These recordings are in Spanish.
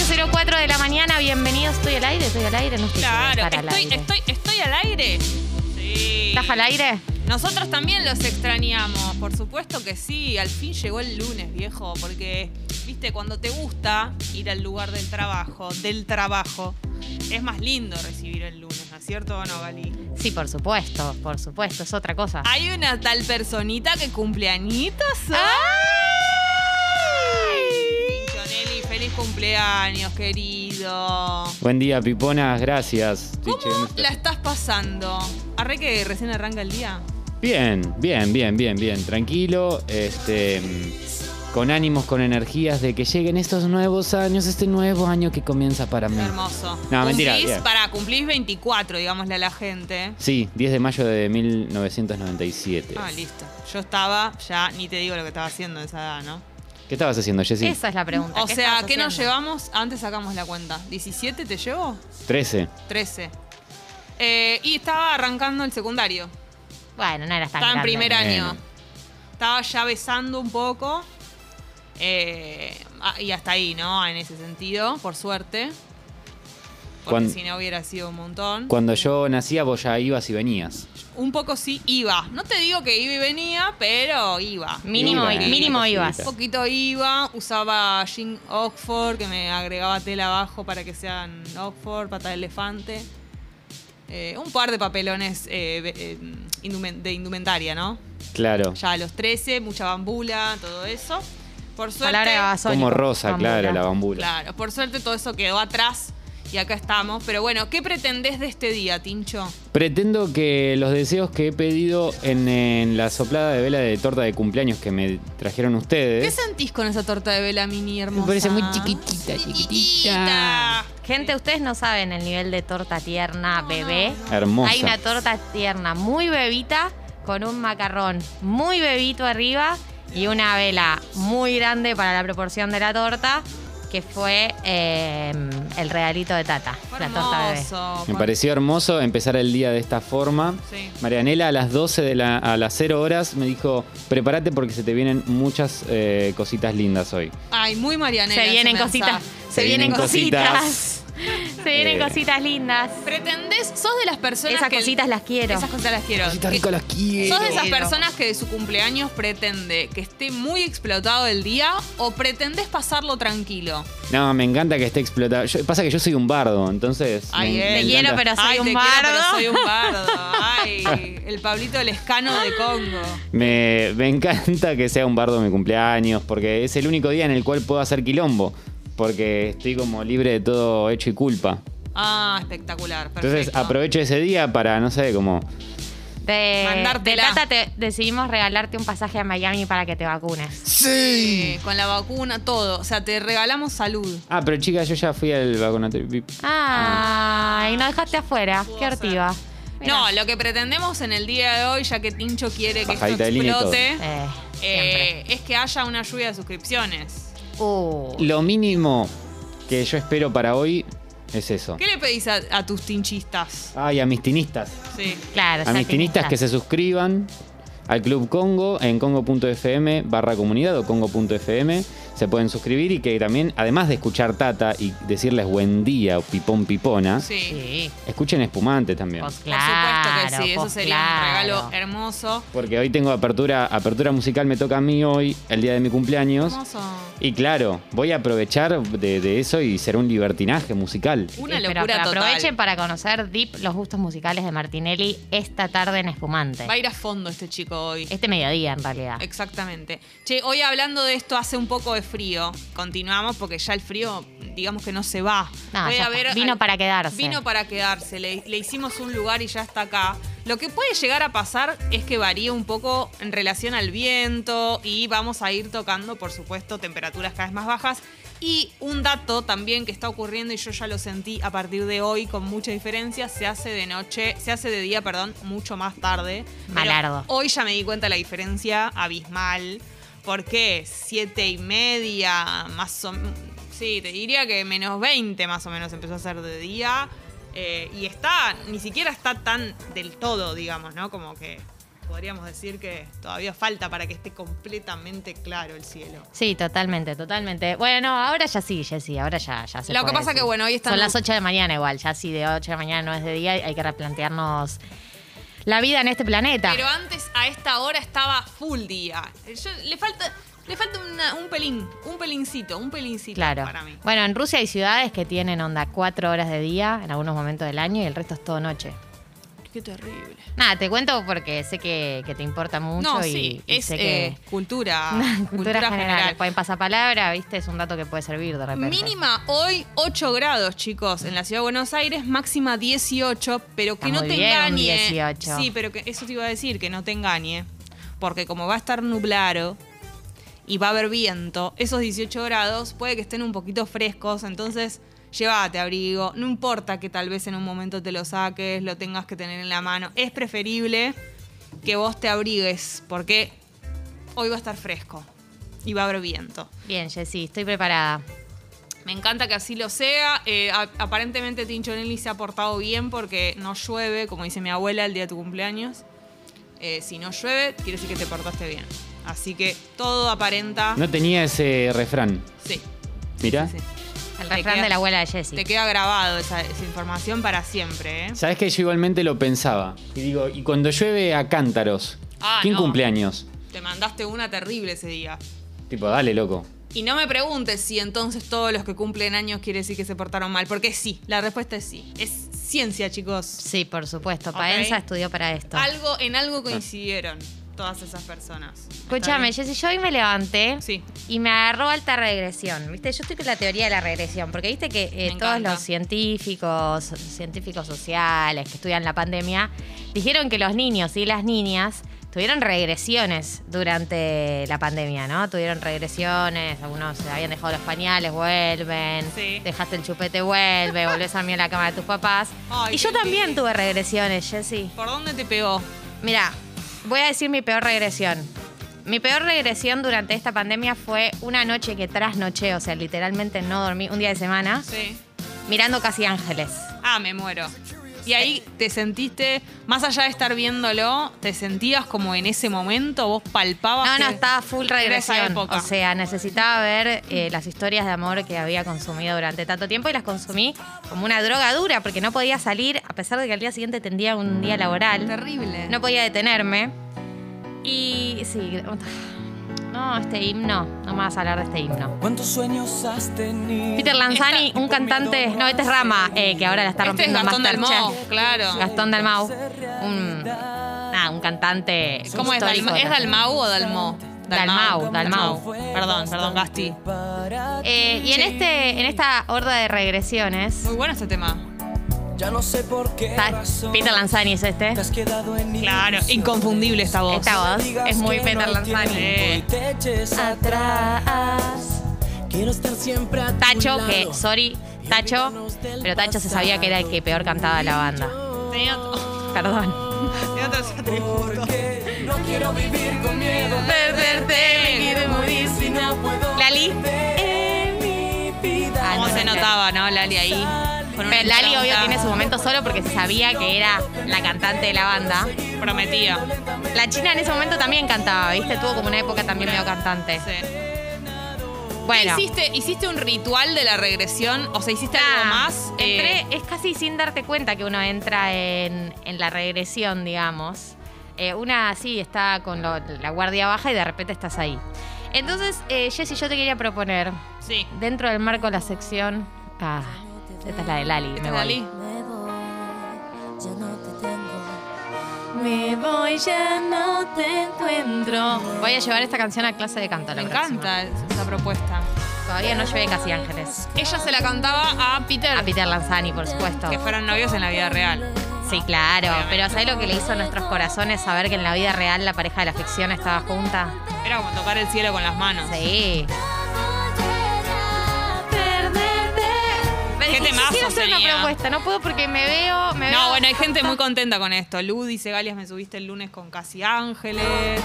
8.04 de la mañana, bienvenido. Estoy al aire, estoy al aire. No estoy Claro, para el estoy, aire. estoy, estoy al aire. Sí. ¿Estás al aire? Nosotros también los extrañamos, por supuesto que sí. Al fin llegó el lunes, viejo, porque, viste, cuando te gusta ir al lugar del trabajo, del trabajo, es más lindo recibir el lunes, ¿no es cierto o no, Gali? Sí, por supuesto, por supuesto, es otra cosa. Hay una tal personita que cumpleañitos. hoy. Ah, Ay, Joneli, feliz cumpleaños, querido. Buen día, Piponas, gracias. Chiche, ¿Cómo ¿dónde estás? la estás pasando? Arre que recién arranca el día. Bien, bien, bien, bien, bien. Tranquilo, este, mm, con ánimos, con energías de que lleguen estos nuevos años, este nuevo año que comienza para mí. Hermoso. No, mentira, Cumplís, bien. para, cumplís 24, digámosle a la gente. Sí, 10 de mayo de 1997. Ah, listo. Yo estaba, ya ni te digo lo que estaba haciendo a esa edad, ¿no? ¿Qué estabas haciendo, Jessy? Esa es la pregunta. O sea, ¿qué nos llevamos? llevamos? Antes sacamos la cuenta. ¿17 te llevo? 13. 13. Eh, y estaba arrancando el secundario. Bueno, no eras tan Estaba en grande. primer año. Bueno. Estaba ya besando un poco. Eh, ah, y hasta ahí, ¿no? En ese sentido, por suerte. Porque Cuan- si no hubiera sido un montón. Cuando yo nacía, vos ya ibas y venías. Un poco sí iba. No te digo que iba y venía, pero iba. Mínimo, Iba, mínimo cosita. ibas. Un poquito iba, usaba jean Oxford, que me agregaba tela abajo para que sean Oxford, pata de elefante. Eh, un par de papelones eh, ve- eh, indumen- de indumentaria, ¿no? Claro. Ya a los 13, mucha bambula, todo eso. Por suerte. Palabra basónica. Como rosa, Bambula. claro, la bambula. Claro, por suerte todo eso quedó atrás y acá estamos. Pero bueno, ¿qué pretendés de este día, Tincho? Pretendo que los deseos que he pedido en, en la soplada de vela de torta de cumpleaños que me trajeron ustedes. ¿Qué sentís con esa torta de vela mini hermosa? parece muy chiquitita, chiquitita. Gente, ustedes no saben el nivel de torta tierna No, bebé. no, Hermosa. Hay una torta tierna muy bebita con un macarrón muy bebito arriba y una vela muy grande para la proporción de la torta que fue eh, el regalito de Tata, Fue la torta bebé. hermoso, Me fue- pareció hermoso empezar el día de esta forma. Sí. Marianela a las 12 de la, a las 0 horas me dijo, prepárate porque se te vienen muchas eh, cositas lindas hoy. Ay, muy marianera. Se ese vienen mensaje. cositas, se vienen cositas, se vienen Eh. cositas lindas. Pretendés, sos de las personas Esas que... cositas las quiero. Esas cositas las quiero. Cositas Que- ricas las quiero. ¿Sos de esas Quiero. personas que de su cumpleaños pretende que esté muy explotado el día o pretendés pasarlo tranquilo? No, me encanta que esté explotado. Yo- pasa que yo soy un bardo, entonces... Ay, me- eh. me Te quiero, encanta- pero soy Ay, un te bardo. Quiero, pero soy un bardo. Ay, el Pablito Lescano de Congo. Me, me encanta que sea un bardo mi cumpleaños, porque es el único día en el cual puedo hacer quilombo, porque estoy como libre de todo hecho y culpa. Ah, espectacular. Perfecto. Entonces aprovecho ese día para, no sé, como... De, de Mandártela. Tata te- decidimos regalarte un pasaje a Miami para que te vacunes. Sí, eh, con la vacuna, todo. O sea, te regalamos salud. Ah, pero chicas, yo ya fui al vacunatorio. Ay, nos dejaste afuera. Ah. Pudo Qué eh, ser. hortiva. Mirá. No, lo que pretendemos en el día de hoy, ya que Tincho quiere que Bajadita de esto línea y todo. explote, Eh, siempre. eh, es que haya una lluvia de suscripciones. Uh, Lo mínimo que yo espero para hoy es eso. ¿Qué le pedís a, a tus tinchistas? Ay, a mis tinistas. Sí. claro, A mis tinistas que se suscriban al Club Congo en congo.fm barra comunidad o congo.fm. Se pueden suscribir y que también, además de escuchar Tata y decirles buen día o pipón pipona, Sí. Sí, escuchen espumante también. pues Por claro. supuesto que sí, eso pues sería un regalo claro. hermoso. Porque hoy tengo apertura, apertura musical, me toca a mí hoy, el día de mi cumpleaños. Hermoso. Y claro, voy a aprovechar de, de eso y será un libertinaje musical. Una Sí, pero locura que total. Aprovechen para conocer Deep los gustos musicales de Martinelli esta tarde en Espumante. Va a ir a fondo este chico hoy. Este mediodía, en realidad. Exactamente. Che, hoy hablando de esto hace un poco de frío. Continuamos porque ya el frío, digamos que no se va. No, Puede ya está. haber- Vino para quedarse. Vino para quedarse. Le, le hicimos un lugar y ya está acá. Lo que puede llegar a pasar es que varía un poco en relación al viento y vamos a ir tocando, por supuesto, temperaturas cada vez más bajas. Y un dato también que está ocurriendo y yo ya lo sentí a partir de hoy con mucha diferencia, se hace de noche, se hace de día, perdón, mucho más tarde. Pero Malardo. Hoy ya me di cuenta de la diferencia abismal. ¿Por qué? Siete y media, más o menos. Sí, te diría que menos 20 más o menos empezó a ser de día. Eh, y está, ni siquiera está tan del todo, digamos, ¿no? Como que podríamos decir que todavía falta para que esté completamente claro el cielo. Sí, totalmente, totalmente. Bueno, ahora ya sí, ya sí, ahora ya, ya se Lo que puede pasa decir. que, bueno, hoy están- Son las 8 de la mañana igual, ya sí, de 8 de la mañana no es de día, hay que replantearnos la vida en este planeta. Pero antes, a esta hora, estaba full día. Yo- le falta, le falta una- un pelín, un pelincito, un pelincito Claro. para mí. Bueno, en Rusia hay ciudades que tienen onda 4 horas de día en algunos momentos del año y el resto es todo noche. Qué terrible. Nada, te cuento porque sé que, que te importa mucho no, y, sí, y es sé que... eh, cultura, Cultura, cultura general. general. Pueden pasar palabra, ¿viste? Es un dato que puede servir de repente. Mínima hoy 8 grados, chicos, en la ciudad de Buenos Aires, máxima 18, pero que Está no muy te bien un engañe. 18. Sí, pero que eso te iba a decir, que no te engañe, porque como va a estar nublado y va a haber viento, esos 18 grados puede que estén un poquito frescos, entonces llévate abrigo, no importa que tal vez en un momento te lo saques, lo tengas que tener en la mano, es preferible que vos te abrigues, porque hoy va a estar fresco y va a haber viento. Bien, Jessy, estoy preparada. Me encanta que así lo sea. Eh, a- aparentemente Tinchonelli se ha portado bien porque no llueve, como dice mi abuela el día de tu cumpleaños. Eh, si no llueve, quiere decir que te portaste bien. Así que todo aparenta. No ¿Ah? tenía ese refrán. Sí. Mirá. sí, sí. El Te refrán queda- de la abuela de Jessy. Te queda grabado esa, esa información para siempre, ¿eh? Sabes que yo igualmente lo pensaba. Y digo, y cuando llueve a cántaros, Ah, ¿quién no. cumpleaños? Te mandaste una terrible ese día. Tipo, dale, loco. Y no me preguntes si entonces todos los que cumplen años quiere decir que se portaron mal, porque sí, la respuesta es sí. Es ciencia, chicos. Sí, por supuesto. Ok. Paenza estudió para esto. Algo, en algo coincidieron todas esas personas. Escúchame, ¿Está Jessy, yo hoy me levanté bien? Sí. y me agarró alta regresión. ¿Viste? Yo estoy con la teoría de la regresión, porque viste que eh, Me todos encanta. los científicos, científicos sociales que estudian la pandemia, dijeron que los niños y las niñas tuvieron regresiones durante la pandemia, ¿no? Tuvieron regresiones, algunos se habían dejado los pañales, vuelven, Sí. dejaste el chupete, vuelve, volvés a mirar la cama de tus papás. Ay, y yo qué también lindo. tuve regresiones, Jessy. ¿Por dónde te pegó? Mira, voy a decir mi peor regresión. Mi peor regresión durante esta pandemia fue una noche que trasnoché, o sea, literalmente no dormí un día de semana, Sí. mirando Casi Ángeles. Ah, me muero. Y ahí te sentiste, más allá de estar viéndolo, te sentías como en ese momento, vos palpabas. No, no, que- estaba full era esa regresión. época. O sea, necesitaba ver eh, las historias de amor que había consumido durante tanto tiempo y las consumí como una droga dura, porque no podía salir, a pesar de que al día siguiente tendría un día laboral. Terrible. No podía detenerme. Y sí, no, este himno, no me vas a hablar de este himno. ¿Cuántos sueños has tenido? Peter Lanzani, un cantante, no, este es Rama, eh, que ahora la está Este es rompiendo Gastón Dalmau, Masterchef. claro. Gastón Dalmau, un, nada, un cantante. ¿Cómo es? histórico. Dalma- ¿Es Dalmau o Dalmó? Dalmau, Dalmau. Perdón, perdón, Gasti. Para ti. Eh, y en, este, en esta horda de regresiones, Muy bueno este tema. Ya no sé por qué está- razón Ah, Peter Lanzani es este. te has quedado en Claro, ilusión. inconfundible esta voz. Esta voz es muy que no Peter hay Lanzani. tiempo y te eches atrás. Quiero estar siempre a tu Tacho, lado. que, sorry, Tacho, pero Tacho se sabía que era el que peor cantaba de la banda. Tenía, otro- Perdón. tenía otros atributos. Porque no quiero vivir con miedo. Perderte. morir si no puedo. Lali. Ah, En mi vida. ¿Cómo se notaba, no, Lali, ahí? Con una Pero Lali, obvio, impronta. tiene su momento solo porque se sabía que era la cantante de la banda. Prometía. La China en ese momento también cantaba, ¿viste? Tuvo como una época también medio cantante. Sí. Bueno, ¿Hiciste, ¿Hiciste un ritual de la regresión? O sea, ¿hiciste algo nada, más? Ah, entré- Eh, es casi sin darte cuenta que uno entra en, en la regresión, digamos. Eh, una así está con lo- la guardia baja y de repente estás ahí. Entonces, eh, Jessy, yo te quería proponer, sí. dentro del marco de la sección. Ah, esta es la de Lali, ¿Viste, me voy. Dalí? Me voy, ya no te tengo. Me voy, ya no te encuentro. Voy a llevar esta canción a clase de canto. la Me próxima. encanta esa propuesta. Todavía no llevé Casi Ángeles. Ella se la cantaba a Peter, A Peter Lanzani, por supuesto. que fueron novios en la vida real. Sí, claro. Obviamente. Pero ¿sabes lo que le hizo a nuestros corazones saber que en la vida real la pareja de la ficción estaba junta? Era como tocar el cielo con las manos. Sí. Qué temazo Quiero hacer una sería. propuesta, no puedo porque me veo. Me veo No, bueno, hay gente muy contenta con esto. Lu dice, Galias, me subiste el lunes con Casi Ángeles.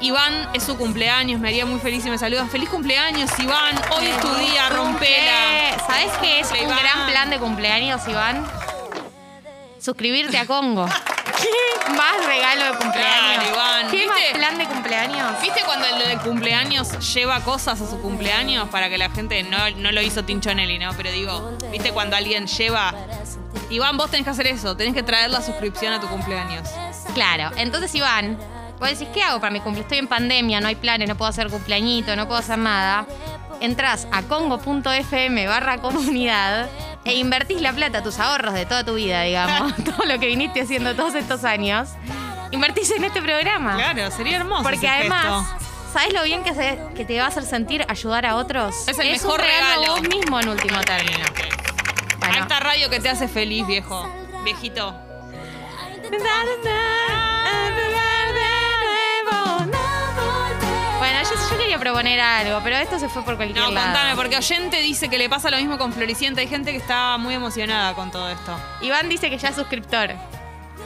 Iván, es su cumpleaños, me haría muy feliz y me saluda. ¡Feliz cumpleaños, Iván! Hoy es tu día, rompela. ¿Sabes qué es Cumple, un Iván. gran plan de cumpleaños, Iván? Suscribirte a Congo. ¿Qué más regalo de cumpleaños? Claro, Iván, ¿Qué más ¿viste? plan de cumpleaños? ¿Viste cuando el de cumpleaños lleva cosas a su cumpleaños para que la gente no, no lo hizo Tinchonelli, ¿no? Pero digo, ¿viste cuando alguien lleva. Iván, vos tenés que hacer eso, tenés que traer la suscripción a tu cumpleaños. Claro, entonces Iván, vos decís, ¿qué hago para mi cumpleaños? Estoy en pandemia, no hay planes, no puedo hacer cumpleañito, no puedo hacer nada. Entrás a congo.fm barra comunidad e invertís la plata, tus ahorros de toda tu vida, digamos, todo lo que viniste haciendo todos estos años, invertís en este programa. Claro, sería hermoso. Porque ese además, gesto. ¿sabes lo bien que, se- que te va a hacer sentir ayudar a otros? Es el un mejor a regalo. vos mismo en último término. A Bueno. esta radio que te hace feliz, viejo. Viejito. Bueno, yo, yo quería proponer algo, pero esto se fue por cualquier No, lado. contame, porque oyente dice que le pasa lo mismo con Floricienta. Hay gente que está muy emocionada con todo esto. Iván dice que ya es suscriptor.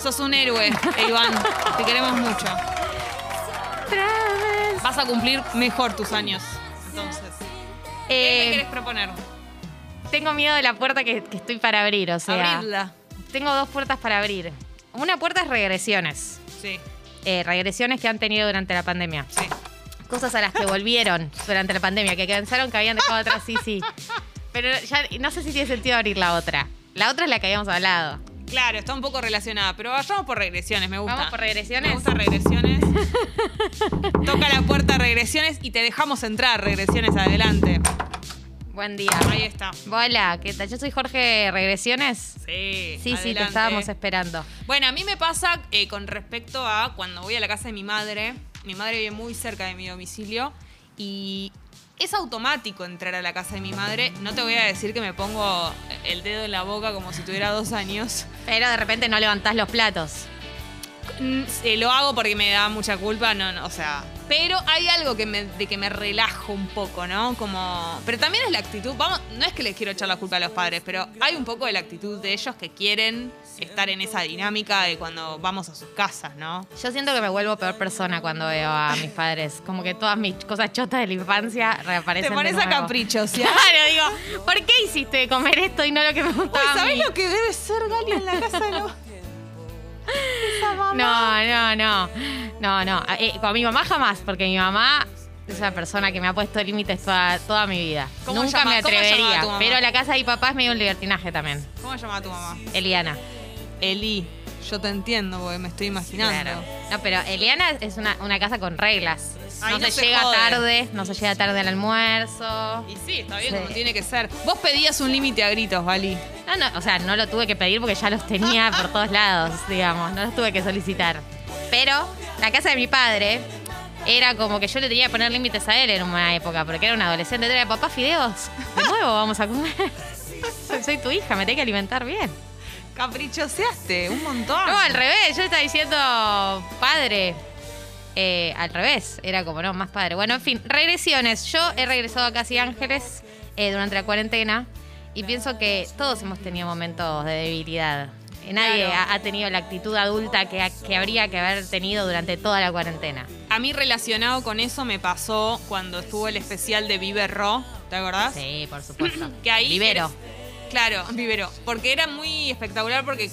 Sos un héroe, eh, Iván. Te queremos mucho. Vas a cumplir mejor tus años. Entonces, ¿qué me Eh, querés proponer? tengo miedo de la puerta que, que estoy para abrir, o sea. Abrirla. Tengo dos puertas para abrir. Una puerta es regresiones. Sí, Eh, regresiones que han tenido durante la pandemia. sí. Cosas a las que volvieron durante la pandemia, que pensaron que habían dejado atrás, sí, sí. Pero ya no sé si tiene sentido abrir la otra. La otra es la que habíamos hablado. Claro, está un poco relacionada, pero vayamos por regresiones, me gusta. ¿Vamos por regresiones? Me gusta regresiones. Toca la puerta regresiones y te dejamos entrar, regresiones adelante. Buen día. Ahí está. Hola, ¿qué tal? Yo soy Jorge Regresiones. Sí, Sí, sí, te adelante. estábamos esperando. Bueno, a mí me pasa eh, con respecto a cuando voy a la casa de mi madre. Mi madre vive muy cerca de mi domicilio y es automático entrar a la casa de mi madre. No te voy a decir que me pongo el dedo en la boca como si tuviera dos años. Pero de repente no levantás los platos. Mm, eh, lo hago porque me da mucha culpa, no, no, o sea. Pero hay algo que me- de que me relajo un poco, ¿no? Como. Pero también es la actitud. Vamos, no es que les quiero echar la culpa a los padres, pero hay un poco de la actitud de ellos que quieren estar en esa dinámica de cuando vamos a sus casas, ¿no? Yo siento que me vuelvo peor persona cuando veo a mis padres. Como que todas mis cosas chotas de la infancia reaparecen. Te pones de a nuevo. caprichos. ¿sí? Claro, digo, ¿por qué hiciste de comer esto y no lo que me Uy, gustaba? a ¿sabés mí? lo que debe ser Gali en la casa de los- No, no, no. No, no. Eh, con mi mamá jamás, porque mi mamá es una persona que me ha puesto límites toda, toda mi vida. ¿Cómo Nunca llama- me cómo llamaba atrevería. tu mamá? Pero la casa de mi papá es medio un libertinaje también. ¿Cómo se llama tu mamá? Eliana. Eli. Yo te entiendo porque me estoy imaginando. Claro. No, pero Eliana es una, una casa con reglas. Ahí no, no se, se llega jode. tarde, no se llega tarde al almuerzo. Y sí, está bien Sí. como tiene que ser. Vos pedías un límite a gritos, Vali. No, Ah, no, o sea, no lo tuve que pedir porque ya los tenía por todos lados, digamos. No los tuve que solicitar. Pero la casa de mi padre era como que yo le tenía que poner límites a él en una época, porque era un adolescente. Era papá fideos. De nuevo vamos a comer. Soy- Soy tu hija, me tengo que alimentar bien. Caprichoseaste un montón. No, al revés, yo estaba diciendo padre. Eh, al revés, era como, no, más padre. Bueno, en fin, regresiones. Yo he regresado a Casi Ángeles eh, durante la cuarentena y pienso que todos hemos tenido momentos de debilidad. Eh, Nadie Claro. ha, ha tenido la actitud adulta que, ha- que habría que haber tenido durante toda la cuarentena. A mí relacionado con eso me pasó cuando estuvo el especial de Vive Ro, ¿te acordás? Sí, por supuesto. Que ahí Vivero. eres- claro, vivero. Porque era muy espectacular porque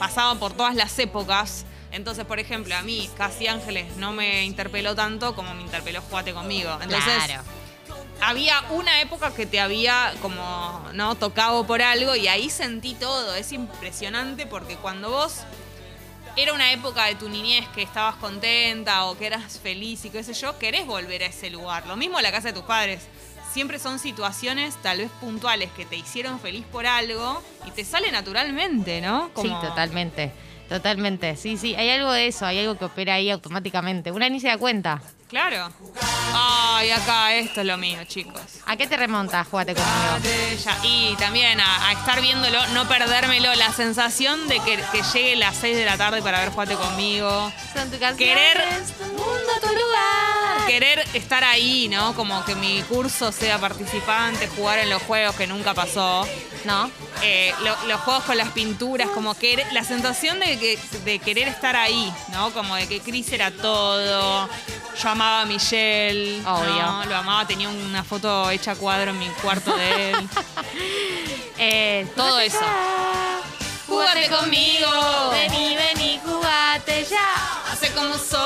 pasaban por todas las épocas. Entonces, por ejemplo, a mí Casi Ángeles no me interpeló tanto como me interpeló Juate conmigo. Entonces, claro. había una época que te había como, ¿no? Tocado por algo y ahí sentí todo. Es impresionante porque cuando vos era una época de tu niñez que estabas contenta o que eras feliz y qué sé yo, querés volver a ese lugar. Lo mismo la casa de tus padres. Siempre son situaciones tal vez puntuales que te hicieron feliz por algo y te sale naturalmente, ¿no? Como- Sí, totalmente. Totalmente. Sí, sí, hay algo de eso, hay algo que opera ahí automáticamente. Una ni se da cuenta. Claro. Ay, acá esto es lo mío, chicos. ¿A qué te remontas, Jugate conmigo? Ya, Y también a, a estar viéndolo, no perdérmelo, la sensación de que, que llegue las 6 de la tarde para ver Juate conmigo. Son tu canción. Querer- Es tu mundo, tu lugar. Querer estar ahí, ¿no? Como que mi curso sea participante, jugar en los juegos que nunca pasó. No, Eh, lo- los juegos con las pinturas, como que la sensación de, que, de querer estar ahí, ¿no? Como de que Chris era todo. Yo amaba a Michelle. Obvio. ¿no? Lo amaba, tenía una foto hecha a cuadro en mi cuarto de él. eh, Todo eso. Jugate vuelve conmigo. Vení, vení, jugate ya. Hace como sos.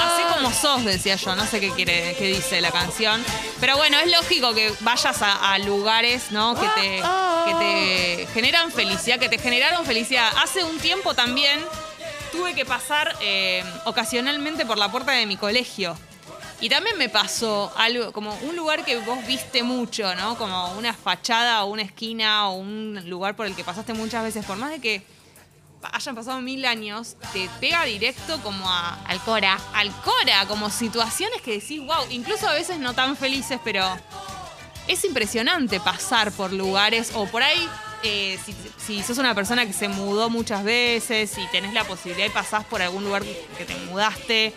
Hace como sos, decía yo. No sé qué quiere, qué dice la canción. Pero bueno, es lógico que vayas a, a lugares, ¿no? Que te, que te generan felicidad, que te generaron felicidad. Hace un tiempo también tuve que pasar eh, ocasionalmente por la puerta de mi colegio. Y también me pasó algo, como un lugar que vos viste mucho, ¿no? Como una fachada o una esquina o un lugar por el que pasaste muchas veces, por más de que hayan pasado mil años, te pega directo como a, Alcora. al Cora, como situaciones que decís, wow, incluso a veces no tan felices, pero es impresionante pasar por lugares o por ahí. eh, si, si sos una persona que se mudó muchas veces y tenés la posibilidad y pasás por algún lugar que te mudaste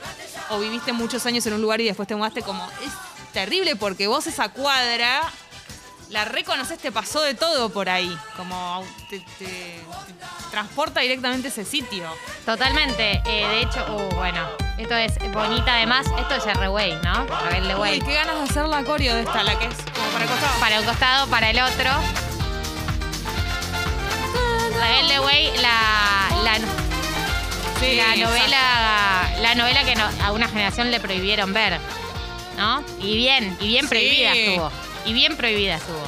o viviste muchos años en un lugar y después te mudaste, como es terrible porque vos esa cuadra la reconoces, te pasó de todo por ahí, como te- te- te transporta directamente a ese sitio. Totalmente. Eh, de hecho, uh, bueno, esto es bonita además. Esto es R-Way, ¿no? Rebelde Uy, Way. qué ganas de hacer la coreo de esta, la que es como para el costado. Para un costado, para el otro. Rebelde Way, la, la, Sí, la exacto. novela, la novela que no- a una generación le prohibieron ver. ¿No? Y bien, y bien Sí. prohibida estuvo. Y bien prohibida estuvo.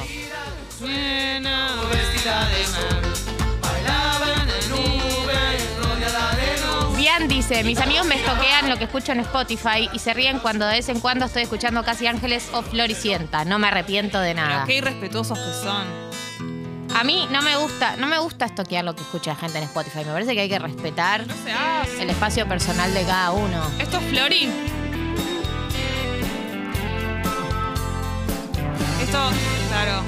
Nena, vestida de mar, bailaban en nubes, rodeada de luz. Bian dice, mis amigos me estoquean lo que escucho en Spotify y se ríen cuando de vez en cuando estoy escuchando Casi Ángeles o Floricienta. No me arrepiento de nada. Pero qué irrespetuosos que son. A mí no me gusta, no me gusta estoquear lo que escucha la gente en Spotify. Me parece que hay que respetar No se hace. el espacio personal de cada uno. ¿Esto es Flori? Esto, claro.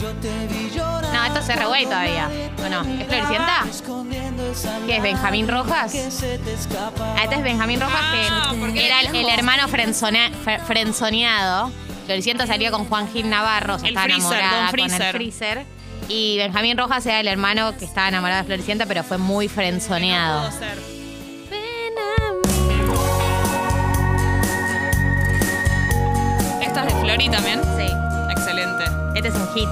Yo te vi llorar. No, esto es R-Way todavía. ¿O no? ¿Es Floricienta? Escondiendo esa ¿Qué es Benjamín Rojas? que se te escapa. Ah, este es Benjamín Rojas, Ah, que porque era era el, viejo. el hermano frenzone- fre- frenzoneado. Floricienta salía con Juan Gil Navarro, se El estaba Freezer, enamorada Don con el Freezer. Freezer. Y Benjamín Rojas era el hermano que estaba enamorado de Floricienta, pero fue muy No frenzoneado. pudo ser. Esta es de Flori también. Sí, Excelente. este es un hit.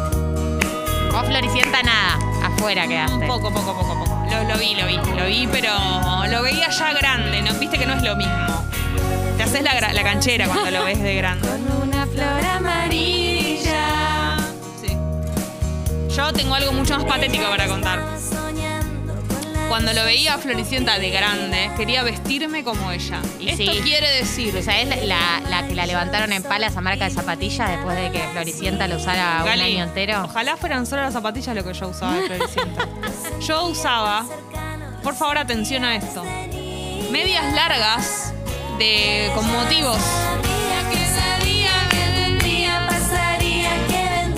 Vos Floricienta nada, afuera Un quedaste. poco, poco, poco, poco. Lo, lo vi, lo vi, lo vi, pero lo veía ya grande, ¿no? Viste que no es lo mismo. Te haces la, gra- la canchera cuando lo ves de grande. una flor amarilla. Sí. Yo tengo algo mucho más patético para contar. Cuando lo veía a Floricienta de grande, quería vestirme como ella. Y Esto sí. quiere decir O sea, es la, la- la que la levantaron en pala esa marca de zapatillas después de que Floricienta la usara Gali, un año entero. Ojalá fueran solo las zapatillas lo que yo usaba de Floricienta. yo usaba, por favor, atención a esto. Medias largas de con motivos.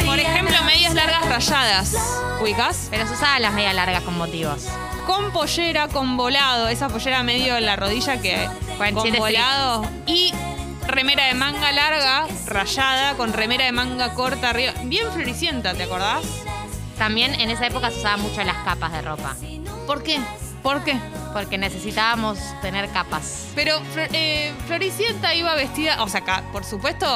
Por ejemplo, medias largas rayadas. ¿Ubicás? Pero se usaban las medias largas con motivos. Con pollera, con volado. Esa pollera medio en la rodilla que. Con 47 volado. Y remera de manga larga, rayada, con remera de manga corta arriba. Bien floricienta, ¿te acordás? También en esa época se usaban mucho las capas de ropa, ¿Por qué? ¿Por qué? porque necesitábamos tener capas. Pero Flor- eh, Floricienta iba vestida, o sea, ca- por supuesto,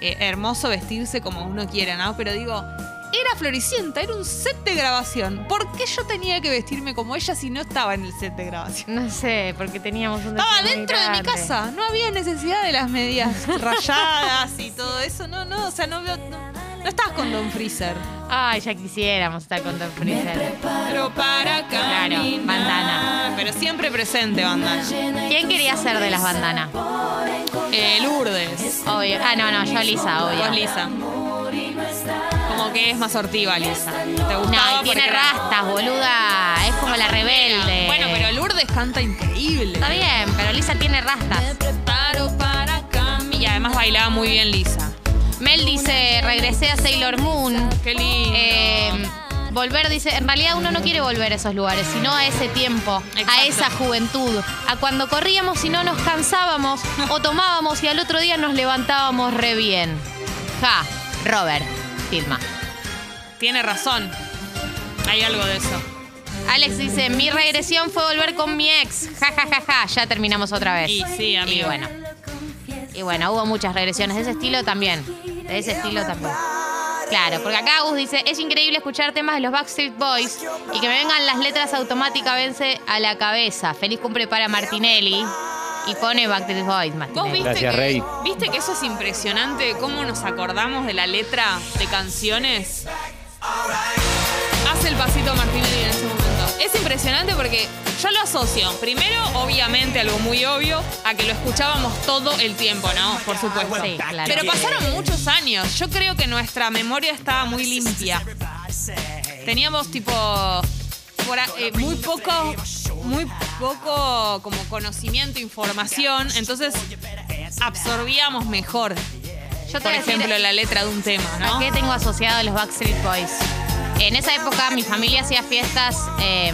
eh, hermoso vestirse como uno quiera, ¿no? Pero digo, era Floricienta, era un set de grabación. ¿Por qué yo tenía que vestirme como ella si no estaba en el set de grabación? No sé, porque teníamos un... deseo Estaba muy dentro de mi grande. casa, no había necesidad de las medias rayadas y todo eso, no, no, o sea, no veo... No, no estabas con Don Freezer. Ay, ya quisiéramos estar con Don Freezer. Pero para Claro, caminar. bandana. Pero siempre presente, bandana. ¿Quién quería ser de las bandanas? Eh, Lourdes. Obvio. Ah, no, no, yo Lisa, obvio. Vos, Lisa. Como que es más sortiva, Lisa. Te gustaba No, y tiene porque era- Ah, rastas, boluda. Es como la rebelde. Bueno, pero Lourdes canta increíble. Está bien, pero Lisa tiene rastas. Preparo para cami- Y además bailaba muy bien Lisa. Mel dice, regresé a Sailor Moon. Qué lindo. Eh, volver, dice, en realidad uno no quiere volver a esos lugares, sino a ese tiempo, a Exacto. esa juventud, a cuando corríamos y no nos cansábamos, o tomábamos y al otro día nos levantábamos re bien. Ja, Robert, Filma. Tiene razón. Hay algo de eso. Alex dice, mi regresión fue volver con mi ex. Ja, ja, ja, ja, ya terminamos otra vez. Y sí, amigo. Y bueno, y bueno, hubo muchas regresiones de ese estilo también. De ese estilo también. Para Claro, porque acá Gus dice, es increíble escuchar temas de los Backstreet Boys y que me vengan las letras automáticamente a la cabeza. Feliz cumple para Martinelli. Y pone Backstreet Boys, ¿Vos Martinelli. viste Gracias, que, Rey. viste que eso es impresionante, cómo nos acordamos de la letra de canciones? Hace el pasito Martinelli en ese momento. Es impresionante porque yo lo asocio, primero, obviamente, algo muy obvio, a que lo escuchábamos todo el tiempo, ¿no? Por supuesto. Sí, claro. Pero pasaron muchos años. Yo creo que nuestra memoria estaba muy limpia. Teníamos tipo por a- eh, muy poco, muy poco como conocimiento, información. Entonces absorbíamos mejor, Yo te por voy a decir- ejemplo, la letra de un tema, ¿A ¿no? qué tengo asociado los Backstreet Boys? En esa época mi familia hacía fiestas, eh,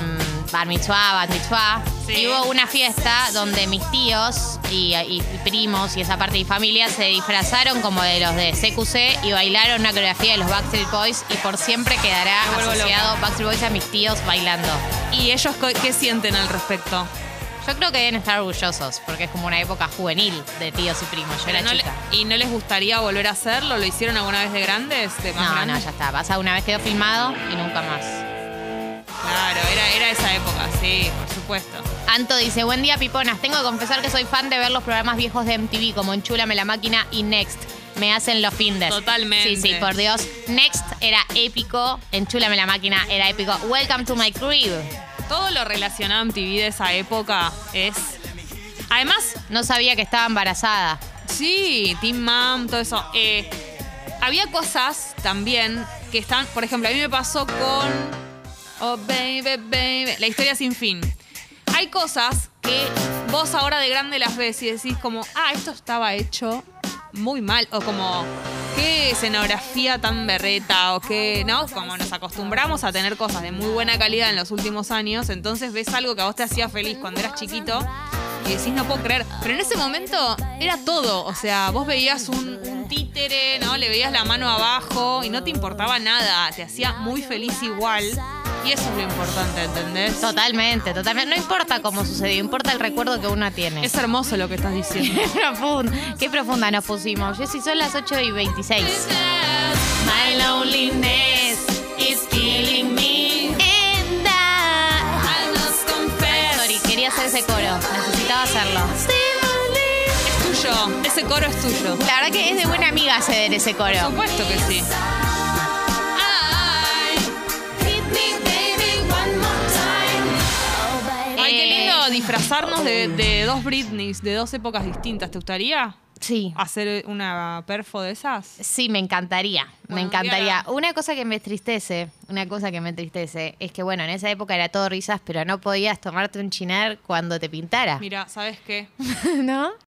bar mitzvah, bat mitzvah, Sí. y hubo una fiesta donde mis tíos y, y primos y esa parte de mi familia se disfrazaron como de los de CQC y bailaron una coreografía de los Backstreet Boys y por siempre quedará Me vuelvo asociado Backstreet Boys a mis tíos bailando. ¿Y ellos co- qué sienten al respecto? Yo creo que deben estar orgullosos porque es como una época juvenil de tíos y primos. Yo era No le- chica. ¿Y no les gustaría volver a hacerlo? ¿Lo hicieron alguna vez de grandes? ¿De más No, no, grandes? ya está. Pasa una vez quedó filmado y nunca más. Claro, era, era esa época, sí, por supuesto. Anto dice, buen día Piponas, tengo que confesar que soy fan de ver los programas viejos de MTV como Enchúlame la máquina y Next. Me hacen los findes. Totalmente. Sí, sí, por Dios. Next era épico, Enchúlame la máquina era épico. Welcome to my crib. Todo lo relacionado a MTV de esa época es. Además, No sabía que estaba embarazada. Sí, Team Mom, todo eso. Eh, había cosas también que están, por ejemplo, a mí me pasó con Oh Baby Baby, la historia sin fin. Hay cosas que vos ahora de grande las ves y decís como, ah, esto estaba hecho muy mal o como qué escenografía tan berreta o qué, ¿no? Como nos acostumbramos a tener cosas de muy buena calidad en los últimos años, entonces ves algo que a vos te hacía feliz cuando eras chiquito y decís, no puedo creer. Pero en ese momento era todo. O sea, vos veías un, un títere, ¿no? Le veías la mano abajo y no te importaba nada. Te hacía muy feliz igual. Y eso es lo importante, ¿entendés? Totalmente, totalmente. No importa cómo sucedió, importa el recuerdo que uno tiene. Es hermoso lo que estás diciendo. Qué profunda, qué profunda nos pusimos. Jessy, son las 8 y 26. My loneliness is killing me. And I- Sorry, quería hacer ese coro. Necesitaba hacerlo. Es tuyo. Ese coro es tuyo. La verdad que es de buena amiga ceder ese Por coro. supuesto que sí. Ay, qué Eh, lindo disfrazarnos de, de dos Britneys, de dos épocas distintas. ¿Te gustaría Sí. hacer una perfo de esas? Sí, me encantaría, me Bueno, encantaría. Diana. Una cosa que me entristece, una cosa que me entristece, es que bueno, en esa época era todo risas, pero no podías tomarte un chinar cuando te pintara, Mira, ¿sabes qué? ¿no?